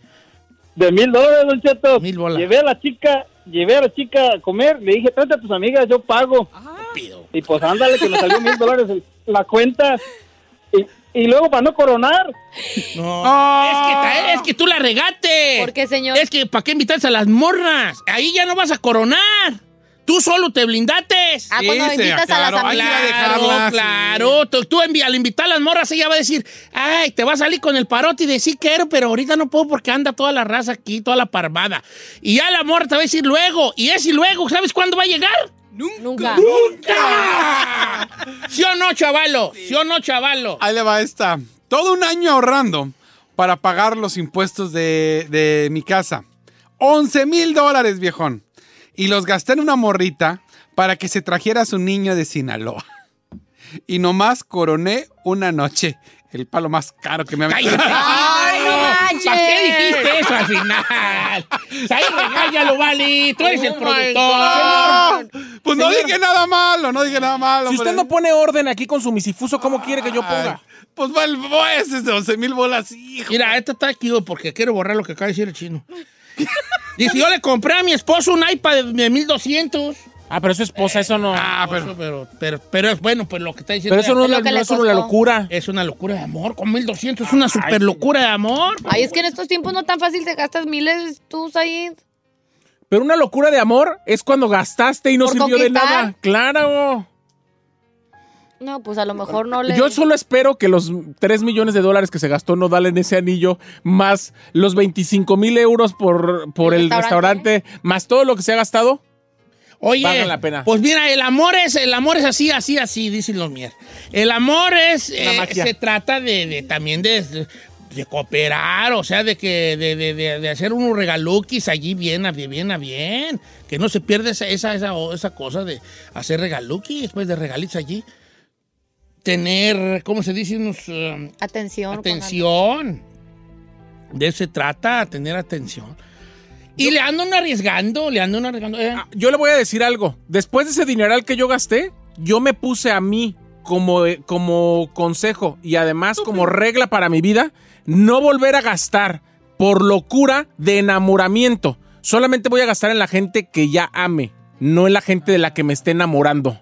De mil dólares, Don Cheto.
Mil bolas.
Llevé a la chica, llevé a la chica a comer, le dije, trate a tus amigas, yo pago. Y pues ándale, que me salió mil dólares el- la cuenta. Y, y luego para no coronar.
No. Es, que, ta- es que tú la regaste. Ah, ¿Por qué, señor? Es que, ¿para qué invitas a las morras? Ahí ya no vas a coronar. Tú solo te blindates.
Ah, cuando Sí, invitas señor, a las claro, hay que
Claro,
dejarlas, sí.
claro. Tú, tú envi- al invitar a las morras, ella va a decir, ay, te va a salir con el parote y decir quiero, pero ahorita no puedo porque anda toda la raza aquí, toda la parvada. Y ya la morra te va a decir luego. Y es y luego, ¿sabes cuándo va a llegar?
Nunca.
¿Sí o no, chavalo? ¿Sí, o no, chavalo?
Ahí le va esta. Todo un año ahorrando para pagar los impuestos de, de mi casa. 11 mil dólares, viejón. Y los gasté en una morrita para que se trajera a su niño de Sinaloa. Y nomás coroné una noche. El palo más caro que me había
¡Ay,
no manches!
¿Para qué dijiste eso al final? Ahí regáñalo, vale. Tú eres el
Oh my
productor.
Pues no dije nada malo, no dije nada malo.
Si
hombre.
usted no pone orden aquí con su misifuso, ¿cómo quiere que yo ponga?
Pues va el pues, es de 11 mil bolas, hijo.
Mira, esta está aquí güey, porque quiero borrar lo que acaba de decir el chino. Dice, yo le compré a mi esposo un iPad de 1200.
Ah, pero su esposa, eso no.
Ah, pero, pero, pero, pero es bueno, pues lo que está diciendo.
Pero eso no es Lo la- que le no es una costó. Eh, locura.
Es una locura de amor. Con 1200 es una super locura de amor.
Ay, es que en estos tiempos no tan fácil te gastas miles tú, Said.
Pero una locura de amor es cuando gastaste y no
Por
sirvió de
conquistar.
nada. Claro.
No, pues a lo mejor no le...
Yo solo espero que los 3 millones de dólares que se gastó Nodal en ese anillo, más los 25 mil euros por, por el,
El
restaurante.
restaurante.
más todo lo que se ha gastado,
Oye,
valga la pena.
pues mira, el amor es, el amor es así, así, así, dicen los mier. El amor es, eh,
magia.
se trata de, de- también de, de cooperar, o sea, de que, de, de- de- de hacer unos regaluquis allí bien, a bien, bien, a bien. Que no se pierda esa, esa, esa, esa cosa de hacer regaluquis, pues de regalitos allí. tener, ¿cómo se dice? Unos, um,
Atención.
atención. De eso se trata, tener atención. Y le andan arriesgando, le andan arriesgando. Eh,
Ah, Yo le voy a decir algo. Después de ese dineral que yo gasté, yo me puse a mí como, eh, como consejo y además como regla para mi vida, no volver a gastar por locura de enamoramiento. Solamente voy a gastar en la gente que ya ame, no en la gente de la que me esté enamorando.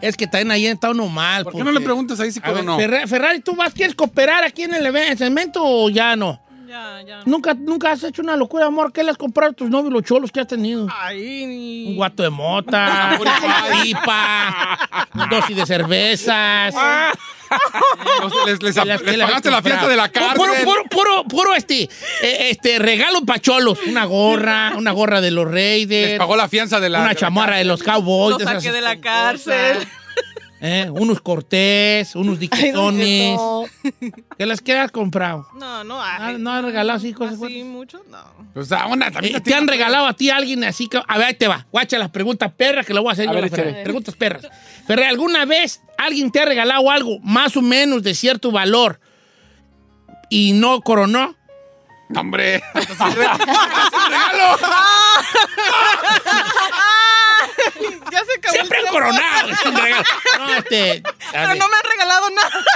es que también ahí está uno mal. ¿Por
qué no le preguntas ahí si
A ver,
coronó?
Ferra- Ferrari, ¿tú vas, quieres cooperar aquí en el evento, segmento o ya no?
Ya, ya.
¿Nunca, nunca has hecho una locura, amor. ¿Qué le has comprado a tus novios, los cholos que has tenido? Un guato de mota, una pipa, dosis de cervezas.
Ah.
Les, les-
¿Qué le has-
les
qué le has
pagaste la fiesta
comprado?
de la cárcel.
Puro, puro, puro, puro, este, eh, este, regalo para cholos. Una gorra, una gorra de los Raiders.
Les pagó la fianza de la- de
Una
la
chamarra de los Cowboys.
Lo
de esas-
saqué de la cárcel.
eh, unos Cortés, unos Diquetones. ¿Qué las que has comprado?
No, no hay.
Ah, ¿No has regalado así cosas
¿Así mucho? No.
Pues ¿Te, han regalado a ti alguien así que... A ver, ahí te va. Guacha las preguntas perras que lo voy a hacer
A
yo.
ver,
la Ferrari.
échale.
Preguntas perras. Pero ¿alguna vez alguien te ha regalado algo más o menos de cierto valor y no coronó?
Hombre.
ya se acabó.
Siempre el coronado. es un regalo. No, este... a
Pero
ver,
no me han regalado nada.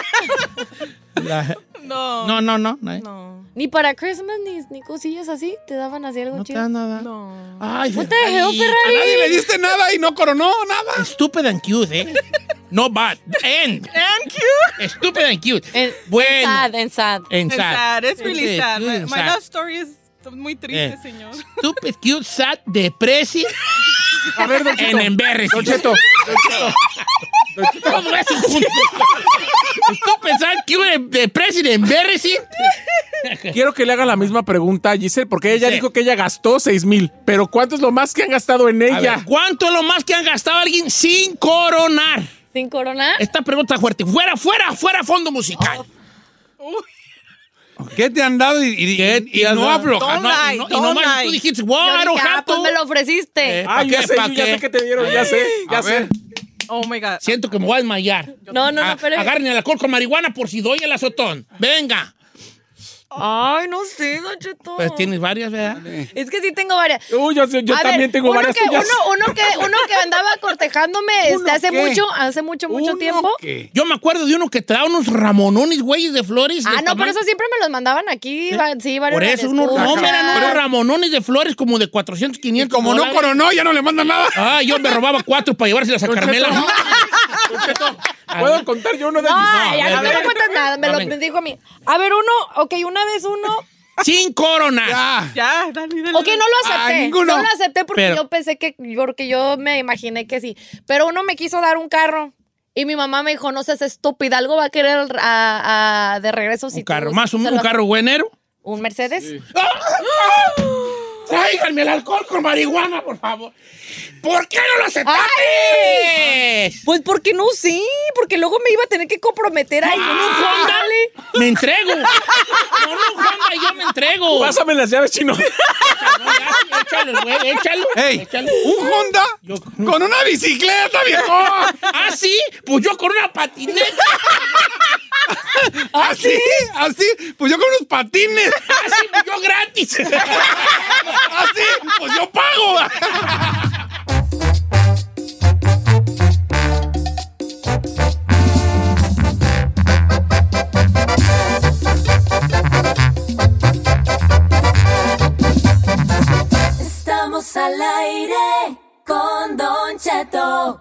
la-
No.
no, no, no. no, eh.
Ni para Christmas ni, ni cosillas así te daban así algo chido.
No nada.
No.
Ay,
What the hell, Ferrari?
Nadie le diste nada y no coronó nada.
Stupid and cute, ¿eh? No bad. And.
And cute.
Stupid and cute. bueno. Eh.
Sad, en sad.
En
Es
sad.
sad. Es
Sí,
really sad.
sí,
My,
en
my
sad.
love story es muy triste,
Eh.
señor.
Stupid, cute, sad, depresi.
A ver, Don Cheto.
En embarrassing.
Don Cheto, Don Cheto.
Todo eso junto. Tú pensabas que iba de, de President Embarrassing.
Quiero que le haga la misma pregunta a Giselle, porque ella
Sí.
dijo que ella gastó 6 mil, pero ¿cuánto es lo más que han gastado en
A ver,
ella?
¿Cuánto es lo más que han gastado alguien sin coronar?
¿Sin corona?
Esta pregunta fuerte. Fuera, fuera, fuera fondo musical.
¿Qué te han dado? Y, y-
Eh,
y- y no
ah,
aflojas.
Don't
No,
lie,
y no- y
don't
nomás
lie.
Tú dijiste,
Yo
wow,
dije, ah, pues
jato.
me lo ofreciste.
Eh,
Ah,
¿pa'
ya
qué,
sé,
pa'
yo ya
qué?
sé que te dieron, ya sé, ya
A
sé.
ver.
Oh my God.
Siento que me voy a desmayar.
no, no, no,
Ah,
pero...
Agarren el alcohol con marihuana por si doy el azotón. Venga.
Ay, no sé, Don Cheto.
Pues tienes varias, ¿verdad?
Es que sí tengo varias.
Uy, yo, yo
A ver,
también tengo
uno
varias
que,
tuyas.
Uno, uno que, uno que andaba cortejándome este, hace
qué?
mucho, hace mucho, mucho
¿Uno
tiempo.
qué?
Yo me acuerdo de uno que te da unos ramonones, güeyes de flores.
Ah,
del
no, por
tamaño-
eso siempre me los mandaban aquí. va- Sí, varios.
Por eso, unos, no, me eran unos ramonones de flores como de 400, 500
Como no
dólares.
coronó, ya no le mandan nada.
Ah, yo me robaba cuatro para llevárselas a Carmela.
¿Puedo contar yo uno de
No,
No,
ya no
a
me
ver,
lo cuentas nada, me
No,
lo
venga.
dijo a mí. A ver, uno, ok, una vez uno,
Sin corona.
Ya.
Ya, dale, dale.
ok, no lo
Ah,
acepté,
ninguno.
no lo acepté porque
Pero-
yo pensé que, porque yo me imaginé que sí, pero uno me quiso dar un carro y mi mamá me dijo, no seas estúpida, algo va a querer a- a- de regreso si
Un
tú-
carro,
si
más
tú
un,
se
un
lo-
carro buenero. ¡Ah!
¿Un Mercedes?
Tráiganme el alcohol con marihuana, por favor. ¿Por qué no lo
¡Ay!
aceptaste?
Pues porque no sí, porque luego me iba a tener que comprometer ahí.
¿Con un Honda? Me entrego. Con un Honda yo me entrego.
Pásame las llaves, chino.
No, ya, Échalo, güey, échalo.
Ey,
échalo.
un Honda
Yo-
con una bicicleta, viejo.
¿Ah, sí? Pues yo con una patineta.
Así, así. Pues yo con unos patines.
Ah, sí, pues yo gratis.
Así, pues yo pago.
Estamos al aire con Don Cheto.